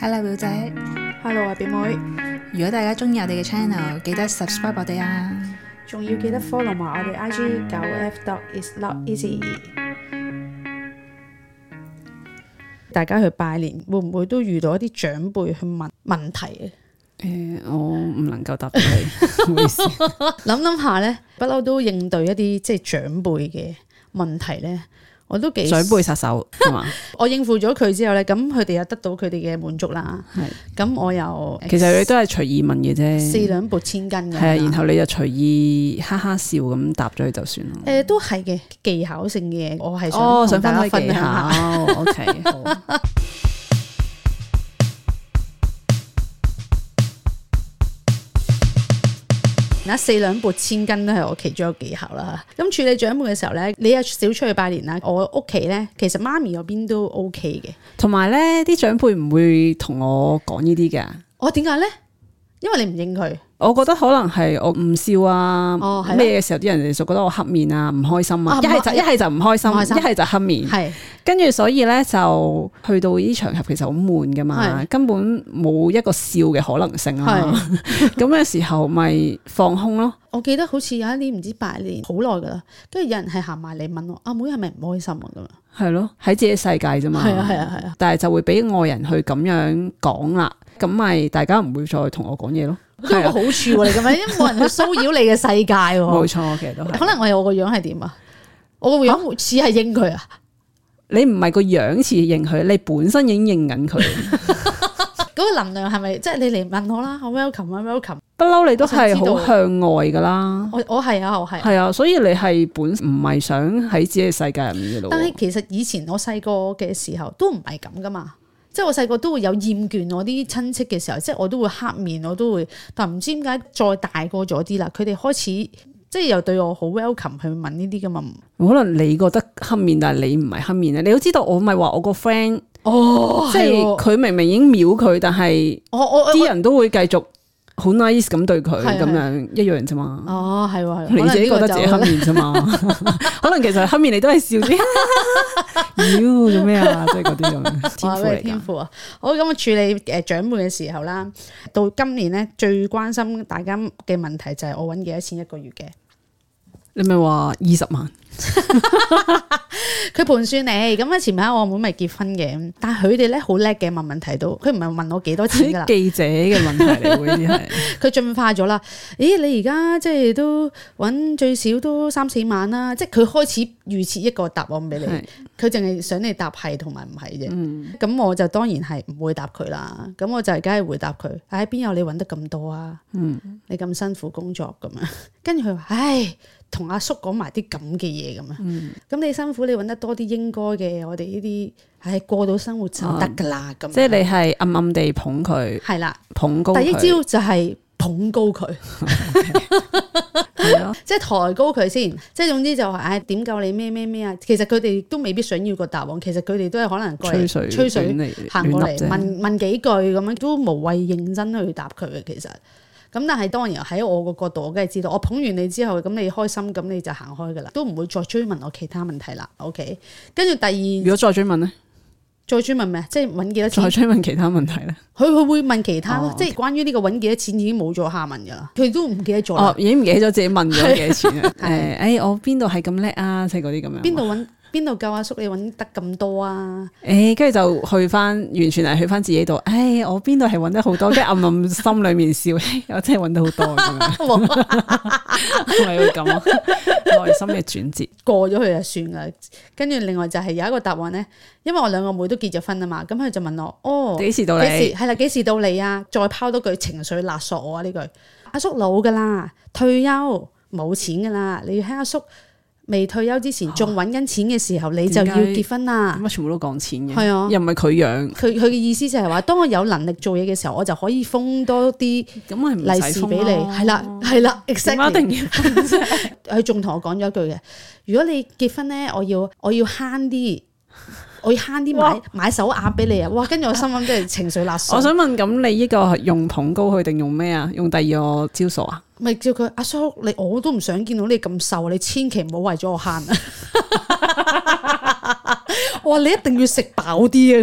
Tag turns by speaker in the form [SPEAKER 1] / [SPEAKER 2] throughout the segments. [SPEAKER 1] Hello 表姐，
[SPEAKER 2] Hello 啊，表妹，
[SPEAKER 1] 如果大家中意我哋嘅 channel，記得 subscribe 我哋啊！
[SPEAKER 2] 仲要記得 follow 埋我哋 IG 九 F dot is not easy。大家去拜年會唔會都遇到一啲長輩去問問題啊
[SPEAKER 3] 誒、我唔能夠答到你，唔好意思。
[SPEAKER 2] 諗諗下咧，不嬲都應對一啲即係長輩嘅問題咧，我都幾
[SPEAKER 3] 長輩殺手係 嘛？
[SPEAKER 2] 我應付咗佢之後咧，咁佢哋又得到佢哋嘅滿足啦。
[SPEAKER 3] 係，
[SPEAKER 2] 咁我又
[SPEAKER 3] 其實你都係隨意問嘅啫。
[SPEAKER 2] 四兩撥千斤嘅。
[SPEAKER 3] 係啊，然後你就隨意哈哈笑咁答咗佢就算啦。
[SPEAKER 2] 誒、都係嘅技巧性嘅嘢，我係
[SPEAKER 3] 哦，
[SPEAKER 2] 想
[SPEAKER 3] 想
[SPEAKER 2] 同大家
[SPEAKER 3] 分開
[SPEAKER 2] 分
[SPEAKER 3] 分
[SPEAKER 2] 享下。
[SPEAKER 3] 下。OK，好。
[SPEAKER 2] 嗱，四兩撥千斤都係我其中一個技巧啦。咁處理長輩嘅時候咧，你又少出去拜年啦。我屋企咧，其實媽咪嗰邊都 OK 嘅。
[SPEAKER 3] 同埋咧，啲長輩唔會同我講呢啲嘅。
[SPEAKER 2] 我哦點解咧？因為你唔應佢，
[SPEAKER 3] 我覺得可能係我唔笑啊
[SPEAKER 2] 哦係啊，
[SPEAKER 3] 咩嘅時候啲人哋就覺得我黑面啊，唔開心
[SPEAKER 2] 啊
[SPEAKER 3] 啊，一係
[SPEAKER 2] 唔
[SPEAKER 3] 就
[SPEAKER 2] 開
[SPEAKER 3] 一係就唔開心，
[SPEAKER 2] 唔開心
[SPEAKER 3] 一係就黑面。
[SPEAKER 2] 係
[SPEAKER 3] 跟住所以咧就去到呢啲場合其實好悶噶嘛，
[SPEAKER 2] 係
[SPEAKER 3] 根本冇一個笑嘅可能性啦。咁嘅時候咪放空咯，
[SPEAKER 2] 我記得好似有一年唔知拜年好耐噶啦，跟住有人係行埋嚟問我：阿妹係咪唔開心啊？咁樣
[SPEAKER 3] 係咯，喺自己世界啫嘛。
[SPEAKER 2] 係啊係啊係啊，
[SPEAKER 3] 但係就會俾外人去咁樣講啦，咁咪大家唔會再同我講嘢咯。
[SPEAKER 2] 都有個
[SPEAKER 3] 係
[SPEAKER 2] 好處喎！你咁 樣，因為冇人去騷擾你嘅世界
[SPEAKER 3] 啊冇
[SPEAKER 2] 喎。
[SPEAKER 3] 錯，其實都係。
[SPEAKER 2] 可能我有我個樣係點啊？我個樣似係應佢啊！
[SPEAKER 3] 你唔係個樣似認佢，你本身已經認緊佢，
[SPEAKER 2] 嗰個能量係咪即係你嚟問我啦？我 welcome 啊 welcome，
[SPEAKER 3] 不嬲你都係
[SPEAKER 2] 我想
[SPEAKER 3] 好
[SPEAKER 2] 知道
[SPEAKER 3] 向外噶啦。
[SPEAKER 2] 我我係啊我係啊。
[SPEAKER 3] 係啊，所以你係本唔係想喺自己嘅世界入面嘅咯喎。
[SPEAKER 2] 但係其實以前我細個嘅時候都唔係咁噶嘛，即係我細個都會有厭倦我啲親戚嘅時候，即係我都會黑面，我都會，但唔知點解再大個咗啲啦，佢哋開始即係又對我好 welcome 去問呢啲嘅問，
[SPEAKER 3] 可能你覺得黑面，但係你唔係黑面咧。啊你都知道，我咪話我個 friend，
[SPEAKER 2] 哦
[SPEAKER 3] 即係佢明明已經秒佢，但係
[SPEAKER 2] 我我我
[SPEAKER 3] 啲人都會繼續好 nice 咁對佢，
[SPEAKER 2] 係
[SPEAKER 3] 咁樣一樣啫嘛。
[SPEAKER 2] 哦係喎，係喎
[SPEAKER 3] 你自己覺得自己 黑
[SPEAKER 2] 可能呢個就
[SPEAKER 3] 面啫嘛， 可能其實黑面你都係笑啲，妖做咩 啊？即係嗰啲咁樣天
[SPEAKER 2] 哇
[SPEAKER 3] 賦
[SPEAKER 2] 咩
[SPEAKER 3] 嚟
[SPEAKER 2] 天
[SPEAKER 3] 㗎。
[SPEAKER 2] 賦啊！好咁我處理誒長輩嘅時候啦，到今年咧最關心大家嘅問題就係我揾幾多錢一個月嘅。
[SPEAKER 3] 你咪話二十萬，
[SPEAKER 2] 佢盤算你咁啊！前排我阿妹咪結婚嘅，但係佢哋咧好叻嘅問問題到，佢唔係問我幾多錢㗎啦
[SPEAKER 3] 啲，記者嘅問題嚟喎，呢啲係。
[SPEAKER 2] 佢進化咗啦。咦，你而家即係都揾最少都三四萬啦，即係佢開始預設一個答案俾你，
[SPEAKER 3] 係
[SPEAKER 2] 佢淨係想你答係同埋唔係啫。
[SPEAKER 3] 嗯
[SPEAKER 2] 咁、我就當然係唔會答佢啦。咁我就梗係回答佢：，唉、邊有你揾得咁多啊？
[SPEAKER 3] 嗯
[SPEAKER 2] 你咁辛苦工作咁樣， 跟住佢話：，唉，同阿叔講埋啲咁嘅嘢咁樣。啊
[SPEAKER 3] 嗯
[SPEAKER 2] 咁你辛苦，你揾得多啲應該嘅，我哋呢啲，唉，過到生活就得㗎啦。咁樣、
[SPEAKER 3] 啊
[SPEAKER 2] 啊
[SPEAKER 3] 即係你係暗暗地捧佢，
[SPEAKER 2] 係啦，
[SPEAKER 3] 捧高佢。
[SPEAKER 2] 第一招就係捧高佢。
[SPEAKER 3] 係咯，
[SPEAKER 2] 即係抬高佢先，即係總之就話，唉、點救你咩咩咩啊！其實佢哋都未必想要個答案，其實佢哋都係可能過嚟
[SPEAKER 3] 吹水
[SPEAKER 2] 吹水
[SPEAKER 3] 亂嚟
[SPEAKER 2] 行過
[SPEAKER 3] 亂
[SPEAKER 2] 嚟
[SPEAKER 3] 笠啫
[SPEAKER 2] 問問幾句咁樣，都無謂認真去答佢嘅其實。咁但係當然喺我個角度，我梗係知道，我捧完你之後，咁你開心，咁你就行開噶啦，都唔會再追問我其他問題啦。OK，跟住第
[SPEAKER 3] 如
[SPEAKER 2] 二
[SPEAKER 3] 果再追問咧，
[SPEAKER 2] 再追問咩？即係揾幾多錢
[SPEAKER 3] 再？追問其他問題咧，
[SPEAKER 2] 佢佢會問其他咯，
[SPEAKER 3] 哦
[SPEAKER 2] 即係關於呢個揾幾多錢已經冇咗下文噶啦，佢都唔記得咗啦
[SPEAKER 3] 哦，。已經唔記得咗自己問咗幾多錢 啊？
[SPEAKER 2] 係
[SPEAKER 3] 誒，誒，我邊度係咁叻啊？即係嗰啲咁樣。
[SPEAKER 2] 邊度？揾邊度夠阿叔你揾得咁多啊？
[SPEAKER 3] 誒，跟住就去翻，完全係去翻自己度。誒，我邊度係揾得好多，跟住暗暗心裡面笑，嘿我真係揾得好多咁 樣，係咪會咁啊？內心嘅轉折，
[SPEAKER 2] 過咗佢就算啦。跟住另外就係有一個答案咧，因為我兩個妹都結咗婚啊嘛，咁佢就問我：哦，幾
[SPEAKER 3] 幾時到
[SPEAKER 2] 時
[SPEAKER 3] 你？
[SPEAKER 2] 係啦？幾時到你啊？再拋多句情緒勒索我啊！呢句阿叔老噶啦，退休冇錢噶啦，你要喺阿叔未退休之
[SPEAKER 3] 哦
[SPEAKER 2] 前仲揾緊錢嘅時候，你就要
[SPEAKER 3] 點解
[SPEAKER 2] 結婚啦。
[SPEAKER 3] 點解全部都講錢嘅？
[SPEAKER 2] 係啊
[SPEAKER 3] 又唔係佢養，
[SPEAKER 2] 佢佢嘅意思就係話，當我有能力做嘢嘅時候，我就可以封多啲
[SPEAKER 3] 咁咪唔
[SPEAKER 2] 利
[SPEAKER 3] 使
[SPEAKER 2] 是
[SPEAKER 3] 封
[SPEAKER 2] 俾你。
[SPEAKER 3] 咯
[SPEAKER 2] 係啦，係啦
[SPEAKER 3] 點解
[SPEAKER 2] ，exactly
[SPEAKER 3] 一。定要
[SPEAKER 2] 佢仲同我講咗一句嘅，如果你結婚咧，我要我要慳啲，我要慳啲買買手鐲俾你啊！哇，跟住我心諗真係情緒勒索
[SPEAKER 3] 我，想問，咁你呢個係用捧高佢定用咩啊？用第二個招數啊？
[SPEAKER 2] 咪叫佢阿叔，你我都唔想見到你咁瘦，你千祈唔好為咗我慳啊！ 我話你一定要食飽啲啊！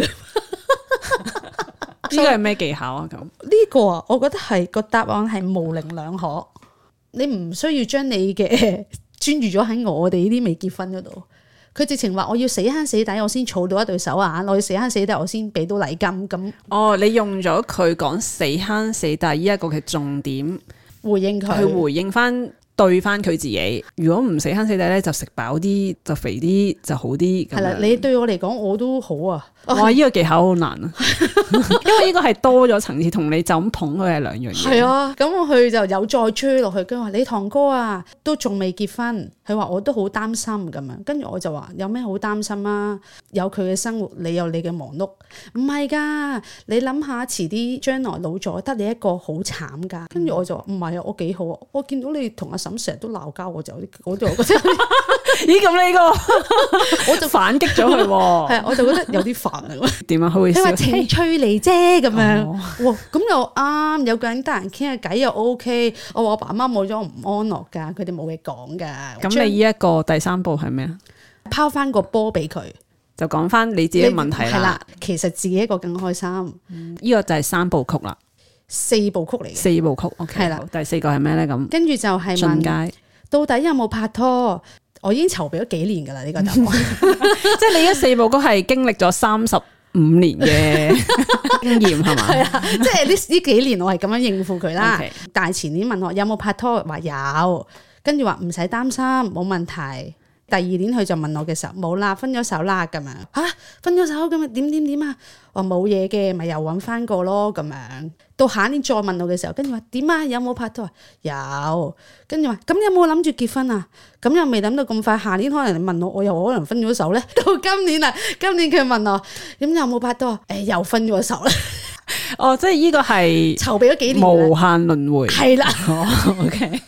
[SPEAKER 2] 所以
[SPEAKER 3] 呢個係咩技巧啊？咁
[SPEAKER 2] 呢個啊，我覺得係個答案係模棱兩可。你唔需要將你嘅 專注咗喺我哋呢啲未結婚嗰度。佢直情話我要死慳死抵，我先儲到一對手眼，我要死慳死抵，我先俾到禮金。咁
[SPEAKER 3] 哦，你用咗佢講死慳死抵呢一個嘅重點，
[SPEAKER 2] 回應
[SPEAKER 3] 去
[SPEAKER 2] 佢，
[SPEAKER 3] 回應翻對翻佢自己。如果唔死慳死抵咧，就食飽啲，就肥啲，就好啲。咁
[SPEAKER 2] 係啦
[SPEAKER 3] 樣。
[SPEAKER 2] 你對我嚟講我都好啊。
[SPEAKER 3] 哇！呢、個技巧好難 啊，因為呢個係多咗層次，同你就咁捧佢係兩樣嘢。
[SPEAKER 2] 係啊，咁我佢就有再追落去，跟住話你堂哥啊，都仲未結婚，佢話我都好擔心咁樣，跟住我就話有咩好擔心啊？有佢嘅生活，你有你嘅忙碌，唔係㗎，你諗下遲啲將來老咗得你一個好慘㗎。跟住我就話唔係啊，我幾好啊，我見到你同阿嬸成日都鬧交，我就有啲我就覺得
[SPEAKER 3] 咦？咁呢 個我就 反擊咗佢喎。
[SPEAKER 2] 係，我就覺得有啲煩啊。
[SPEAKER 3] 點啊？佢會
[SPEAKER 2] 佢
[SPEAKER 3] 笑
[SPEAKER 2] 話。情趣嚟啫咁樣，
[SPEAKER 3] 哦
[SPEAKER 2] 哇咁又啱，有個人得閒傾下偈又 OK。我話我爸媽冇咗我唔安樂㗎，佢哋冇嘢講㗎。
[SPEAKER 3] 咁你呢一個第三步係咩啊？
[SPEAKER 2] 將拋翻個波俾佢，
[SPEAKER 3] 就講翻你自己嘅問題
[SPEAKER 2] 係
[SPEAKER 3] 啦。
[SPEAKER 2] 啦，其實自己一個更開心，
[SPEAKER 3] 呢個就係三部曲啦，
[SPEAKER 2] 四部曲嚟嘅。
[SPEAKER 3] 四部曲。OK，
[SPEAKER 2] 係啦
[SPEAKER 3] 好第四個係咩咧？咁
[SPEAKER 2] 跟住就係
[SPEAKER 3] 進
[SPEAKER 2] 問
[SPEAKER 3] 階，
[SPEAKER 2] 到底有冇拍拖？我已經籌備咗幾年㗎啦，呢個答案
[SPEAKER 3] 即係你呢四部曲係經歷咗三十五年嘅經驗係啊嘛？
[SPEAKER 2] 即係呢呢幾年我係咁樣應付佢啦
[SPEAKER 3] OK。
[SPEAKER 2] 但係前年問我有冇拍拖，話有，跟住話唔使擔心，冇問題。第二年佢就問我嘅時候，冇啦，分咗手啦咁樣吓，分咗手咁啊點點點啊，我話冇嘢嘅，咪又揾翻個咯咁樣。到下一年再問我嘅時候，跟住話點啊，有冇拍拖啊？有，跟住話咁有冇諗住結婚啊？咁又未諗到咁快，下年可能你問我，我又可能分咗手咧。 到今年啊，今年佢問我咁有冇拍拖啊？誒、又分咗手啦，
[SPEAKER 3] 哦，即係呢個係
[SPEAKER 2] 籌備咗幾年啦
[SPEAKER 3] 無限輪迴。
[SPEAKER 2] 係啊啦，
[SPEAKER 3] 哦，OK，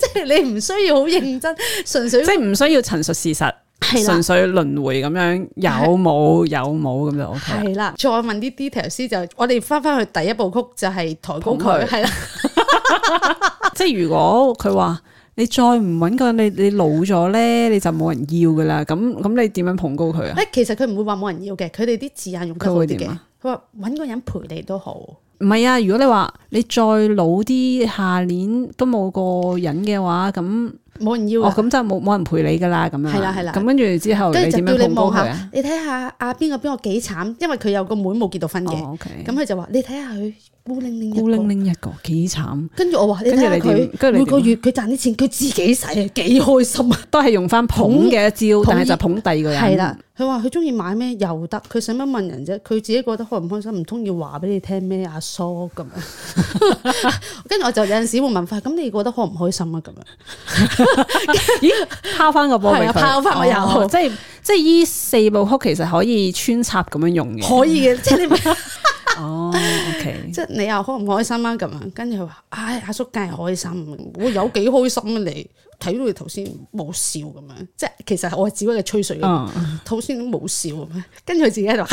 [SPEAKER 2] 即係你唔需要好認真，純粹
[SPEAKER 3] 即係唔需要陳述事實。
[SPEAKER 2] 係
[SPEAKER 3] 純
[SPEAKER 2] 啦，
[SPEAKER 3] 粹輪迴咁樣，有冇有冇咁就 O K。
[SPEAKER 2] 係啦。再問啲 detail 先，就我哋翻翻去第一部曲就係抬高
[SPEAKER 3] 捧佢
[SPEAKER 2] 佢，係啦，
[SPEAKER 3] 即係如果佢話你再唔揾個你你老咗咧，你就冇人要噶啦。咁咁你點樣捧高佢啊？
[SPEAKER 2] 誒其實佢唔會話冇人要嘅，佢哋啲字眼用得
[SPEAKER 3] 佢
[SPEAKER 2] 好
[SPEAKER 3] 會
[SPEAKER 2] 啲嘅
[SPEAKER 3] 點啊。
[SPEAKER 2] 佢話揾個人陪你都好，
[SPEAKER 3] 唔係啊，如果你話你再老啲，下年都冇個人嘅話，咁
[SPEAKER 2] 冇人要
[SPEAKER 3] 哦
[SPEAKER 2] 啊。
[SPEAKER 3] 咁就冇冇人陪你噶啦，咁樣。
[SPEAKER 2] 係啦係啦
[SPEAKER 3] 咁跟住之後
[SPEAKER 2] 跟
[SPEAKER 3] 你
[SPEAKER 2] 住
[SPEAKER 3] 點
[SPEAKER 2] 就叫
[SPEAKER 3] 樣
[SPEAKER 2] 你
[SPEAKER 3] 捧高
[SPEAKER 2] 望
[SPEAKER 3] 哦佢
[SPEAKER 2] 下
[SPEAKER 3] 啊？，
[SPEAKER 2] 你睇下啊邊個邊個幾慘，因為佢有個妹冇結到婚嘅，
[SPEAKER 3] 哦，OK。
[SPEAKER 2] 咁佢就話你睇下佢孤零零一個
[SPEAKER 3] 孤零。零一個幾慘，
[SPEAKER 2] 跟住我話你
[SPEAKER 3] 跟
[SPEAKER 2] 睇
[SPEAKER 3] 住
[SPEAKER 2] 下
[SPEAKER 3] 你點
[SPEAKER 2] 佢
[SPEAKER 3] 跟住你點啊
[SPEAKER 2] 每個月佢賺啲錢，佢自己使啊，幾開心啊！
[SPEAKER 3] 都係用翻捧嘅一招，
[SPEAKER 2] 捧
[SPEAKER 3] 但係就捧第二個人。
[SPEAKER 2] 係啦，佢話佢中意買咩又得，佢使乜問人啫？佢自己覺得開唔開心，唔通要話俾你聽咩啊阿叔咁樣。 跟住我就有陣時會問翻，咁你覺得開唔開心啊？咁樣
[SPEAKER 3] 拋翻個波俾
[SPEAKER 2] 係
[SPEAKER 3] 佢，
[SPEAKER 2] 啊拋返個油
[SPEAKER 3] 哦即係即係依四部曲其實可以穿插咁樣用嘅。
[SPEAKER 2] 可以嘅， 即係你
[SPEAKER 3] 哦，OK，
[SPEAKER 2] 即係你又開唔開心啊？咁樣跟住佢話：唉，阿叔梗係開心，我有幾開心啊？你睇到你頭先冇笑咁樣，即係其實我係只不過係吹水嘅，
[SPEAKER 3] 嗯，
[SPEAKER 2] 頭先都冇笑咁樣，跟住佢自己喺度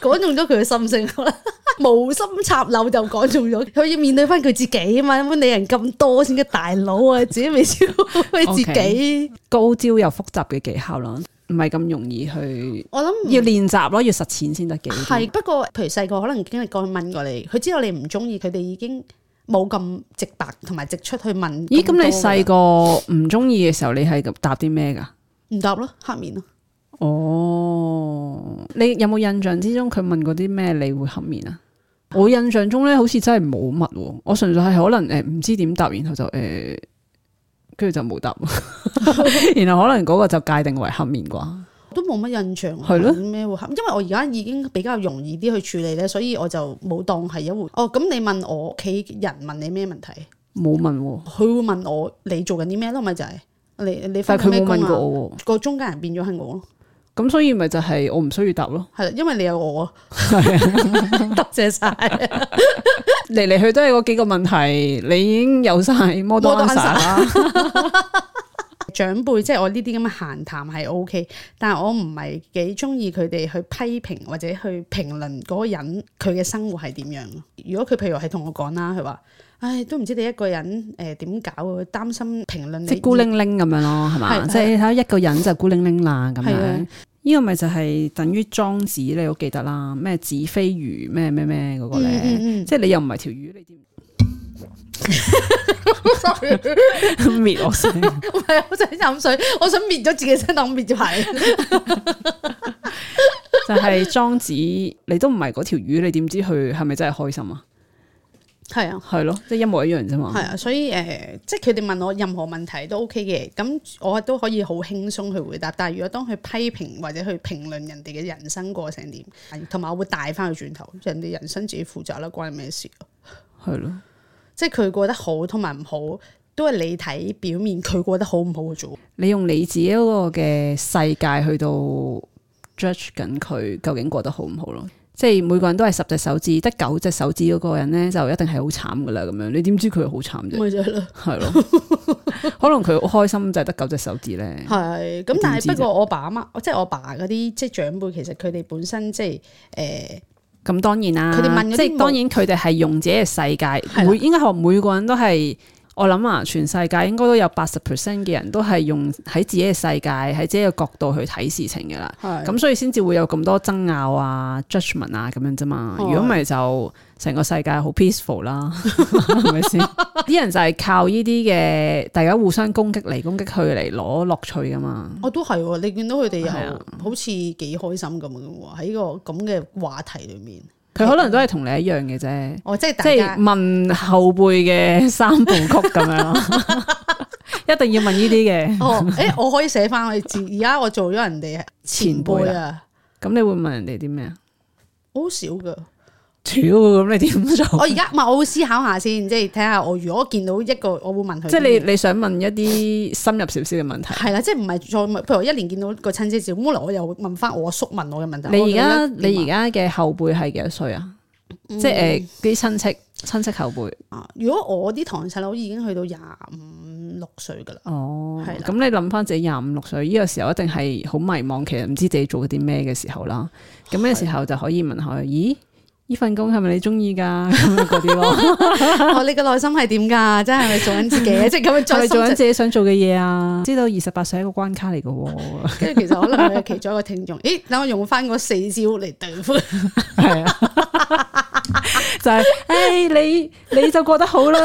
[SPEAKER 2] 講中咗佢嘅心聲， 可能無心插柳就講中咗，佢要面對翻佢自己啊嘛，咁你人咁多先嘅大佬啊，自己未超佢自己
[SPEAKER 3] OK 高招又複雜嘅技巧咯，唔係咁容易去
[SPEAKER 2] 我諗
[SPEAKER 3] 要練習咯，要實踐先得嘅。
[SPEAKER 2] 嗯係，不過譬如細個可能經歷過去問過你，佢知道你唔中意，佢哋已經冇咁直白同埋直出去問。
[SPEAKER 3] 咦，咁你細
[SPEAKER 2] 個
[SPEAKER 3] 個唔中意嘅時候，你係答啲咩噶？
[SPEAKER 2] 唔答咯，黑面咯，
[SPEAKER 3] 哦，你有冇印象之中佢問過啲咩？你會黑面啊？我印象中咧，好似真係冇乜喎。我純粹係可能誒唔知點答，然後就誒，跟、住就冇 答。然後可能嗰個就界定為黑面啩。
[SPEAKER 2] 都冇乜印象。
[SPEAKER 3] 係咯
[SPEAKER 2] 咩會黑？因為我而家已經比較容易啲去處理咧，所以我就冇當係一回。哦，咁你問我屋企人問你咩問題，
[SPEAKER 3] 冇問喎，
[SPEAKER 2] 佢會問我你做緊啲咩咯，咪就係、你你翻
[SPEAKER 3] 但係
[SPEAKER 2] 緊
[SPEAKER 3] 佢
[SPEAKER 2] 咩
[SPEAKER 3] 冇
[SPEAKER 2] 工
[SPEAKER 3] 問過
[SPEAKER 2] 啊？
[SPEAKER 3] 我喎，
[SPEAKER 2] 個中間人變咗係我咯，
[SPEAKER 3] 咁所以咪就係我唔需要答咯，
[SPEAKER 2] 係啦，因為你有我啊，
[SPEAKER 3] 啊
[SPEAKER 2] 多謝晒。
[SPEAKER 3] 嚟嚟去都係嗰幾個問題，你已經有晒 model
[SPEAKER 2] Model
[SPEAKER 3] answer 啦，
[SPEAKER 2] 長輩即係我呢啲咁嘅閒談係 O K，但係我唔係幾中意佢哋去批評或者去評論嗰個人佢嘅生活係點樣。如果佢譬如係同我講啦，佢話：唉，都唔知你一個人誒點、搞啊，擔心評論你
[SPEAKER 3] 即係孤零零咁樣咯，係嘛？
[SPEAKER 2] 係
[SPEAKER 3] 即係睇下一個人就孤零零啦咁
[SPEAKER 2] 係啊
[SPEAKER 3] 樣。呢個咪就係等於莊子，你好記得啦，咩子非魚咩咩咩嗰個咧，
[SPEAKER 2] 嗯嗯嗯
[SPEAKER 3] 即係你又唔係條魚，你點 滅我聲？
[SPEAKER 2] 唔係，我想飲水，我想滅咗自己身，我滅咗 牌。
[SPEAKER 3] 就係莊子，你都唔係嗰條魚，你點知佢係咪真係開心啊？
[SPEAKER 2] 係啊。
[SPEAKER 3] 係咯，即係一模一樣啫嘛。
[SPEAKER 2] 係啊，所以誒、呃即係佢哋問我任何問題都 OK 嘅，咁我都可以好輕鬆去回答。但係如果當佢批評或者去評論人哋嘅人生過程點，同埋我會帶翻佢轉頭，人哋人生自己負責啦，關你咩事啊？
[SPEAKER 3] 係咯，
[SPEAKER 2] 即係佢過得好同埋唔好，都係你睇表面佢過得好唔好嘅啫喎。
[SPEAKER 3] 你用你自己嗰個嘅世界去到 judge 緊佢究竟過得好唔好咯？即係每個人都係十隻手指，得九隻手指嗰個人咧就一定係好慘噶啦咁樣。你點知佢好慘啫？
[SPEAKER 2] 咪就係咯，
[SPEAKER 3] 係咯，可能佢好開心就係得九隻手指咧。
[SPEAKER 2] 係啊咁，但
[SPEAKER 3] 點知
[SPEAKER 2] 係
[SPEAKER 3] 啫
[SPEAKER 2] 不過我爸媽，即係我爸嗰啲即係長輩，其實佢哋本身即係誒。呃
[SPEAKER 3] 咁當然啦，
[SPEAKER 2] 佢哋問嗰啲
[SPEAKER 3] 即係
[SPEAKER 2] 冇
[SPEAKER 3] 當然佢哋係用自己嘅世界，
[SPEAKER 2] 係啦
[SPEAKER 3] 每應該學每個人都係。我諗啊，全世界應該都有八十 percent 嘅人都係用喺自己嘅世界，喺自己嘅角度去睇事情嘅啦。
[SPEAKER 2] 係
[SPEAKER 3] 咁所以先至會有咁多爭拗啊、judgment 啊咁樣啫嘛。
[SPEAKER 2] 係
[SPEAKER 3] 如果唔係就成個世界好 peaceful 啦， 係咪先？啲人就係靠呢啲嘅大家互相攻擊嚟攻擊去嚟攞樂趣噶嘛。
[SPEAKER 2] 我都係喎，你見到佢哋又
[SPEAKER 3] 係啊
[SPEAKER 2] 好似幾開心咁樣喎，喺個咁嘅話題裏面，
[SPEAKER 3] 佢可能都係同你一樣嘅啫，
[SPEAKER 2] 哦，即係
[SPEAKER 3] 即
[SPEAKER 2] 大
[SPEAKER 3] 係
[SPEAKER 2] 家
[SPEAKER 3] 問後輩嘅三部曲咁樣， 一定要問呢啲嘅。
[SPEAKER 2] 哦， 誒、我可以寫翻我自而家我做咗人哋前
[SPEAKER 3] 前輩
[SPEAKER 2] 輩
[SPEAKER 3] 啦
[SPEAKER 2] 啊，
[SPEAKER 3] 咁你會問人哋啲咩啊？
[SPEAKER 2] 我好少噶，
[SPEAKER 3] 屌，咁你點
[SPEAKER 2] 我
[SPEAKER 3] 做？
[SPEAKER 2] 而家唔係我會思考下先，即係睇下我如果見到一個，我會問佢，
[SPEAKER 3] 即係你你想問一啲深入少少嘅問題。
[SPEAKER 2] 係啦，即係唔係再問譬如我一年見到個親姐照，咁可能我又會問翻我阿叔問我嘅問題。
[SPEAKER 3] 你而
[SPEAKER 2] 我覺得
[SPEAKER 3] 家
[SPEAKER 2] 啊嗯
[SPEAKER 3] 你而家嘅後輩係幾多歲啊？即係诶啲親戚親戚後輩
[SPEAKER 2] 啊如果我啲堂細佬已經去到廿五六歲噶啦，
[SPEAKER 3] 哦
[SPEAKER 2] 係啦
[SPEAKER 3] 咁你諗翻自己廿五六歲呢個時候，一定係好迷茫，其實唔知自己做緊啲咩嘅時候啦。咁嘅時候就可以問下佢，咦？呢份工係咪你中意㗎？咁樣嗰啲咯，
[SPEAKER 2] 哦，你嘅內心係點㗎？真係咪做緊自己？啊即係咁樣
[SPEAKER 3] 就
[SPEAKER 2] 再深
[SPEAKER 3] 係做緊
[SPEAKER 2] 層
[SPEAKER 3] 自己想做嘅嘢啊！知道二十八歲係一個關卡嚟嘅喎，
[SPEAKER 2] 跟住其實可能佢係其中一個聽眾，咦？等我用翻嗰四招嚟對付。
[SPEAKER 3] 係啊， 就係、唉，你你就過得好啦。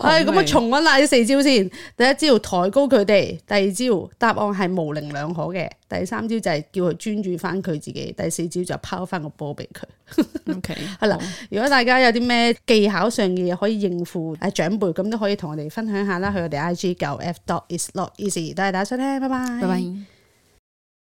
[SPEAKER 2] 唉，咁我啊重温下呢四招先。第一招抬高佢哋，第二招答案係模棱兩可嘅，第三招就係叫佢專注翻佢自己，第四招就拋翻個波俾佢。
[SPEAKER 3] O K，
[SPEAKER 2] 係啦，如果大家有啲咩技巧上嘅嘢可以應付誒長輩，咁都可以同我哋分享下啦。去我哋 I G 九 F dot is not easy。多謝大家收聽，拜拜。
[SPEAKER 1] 拜拜。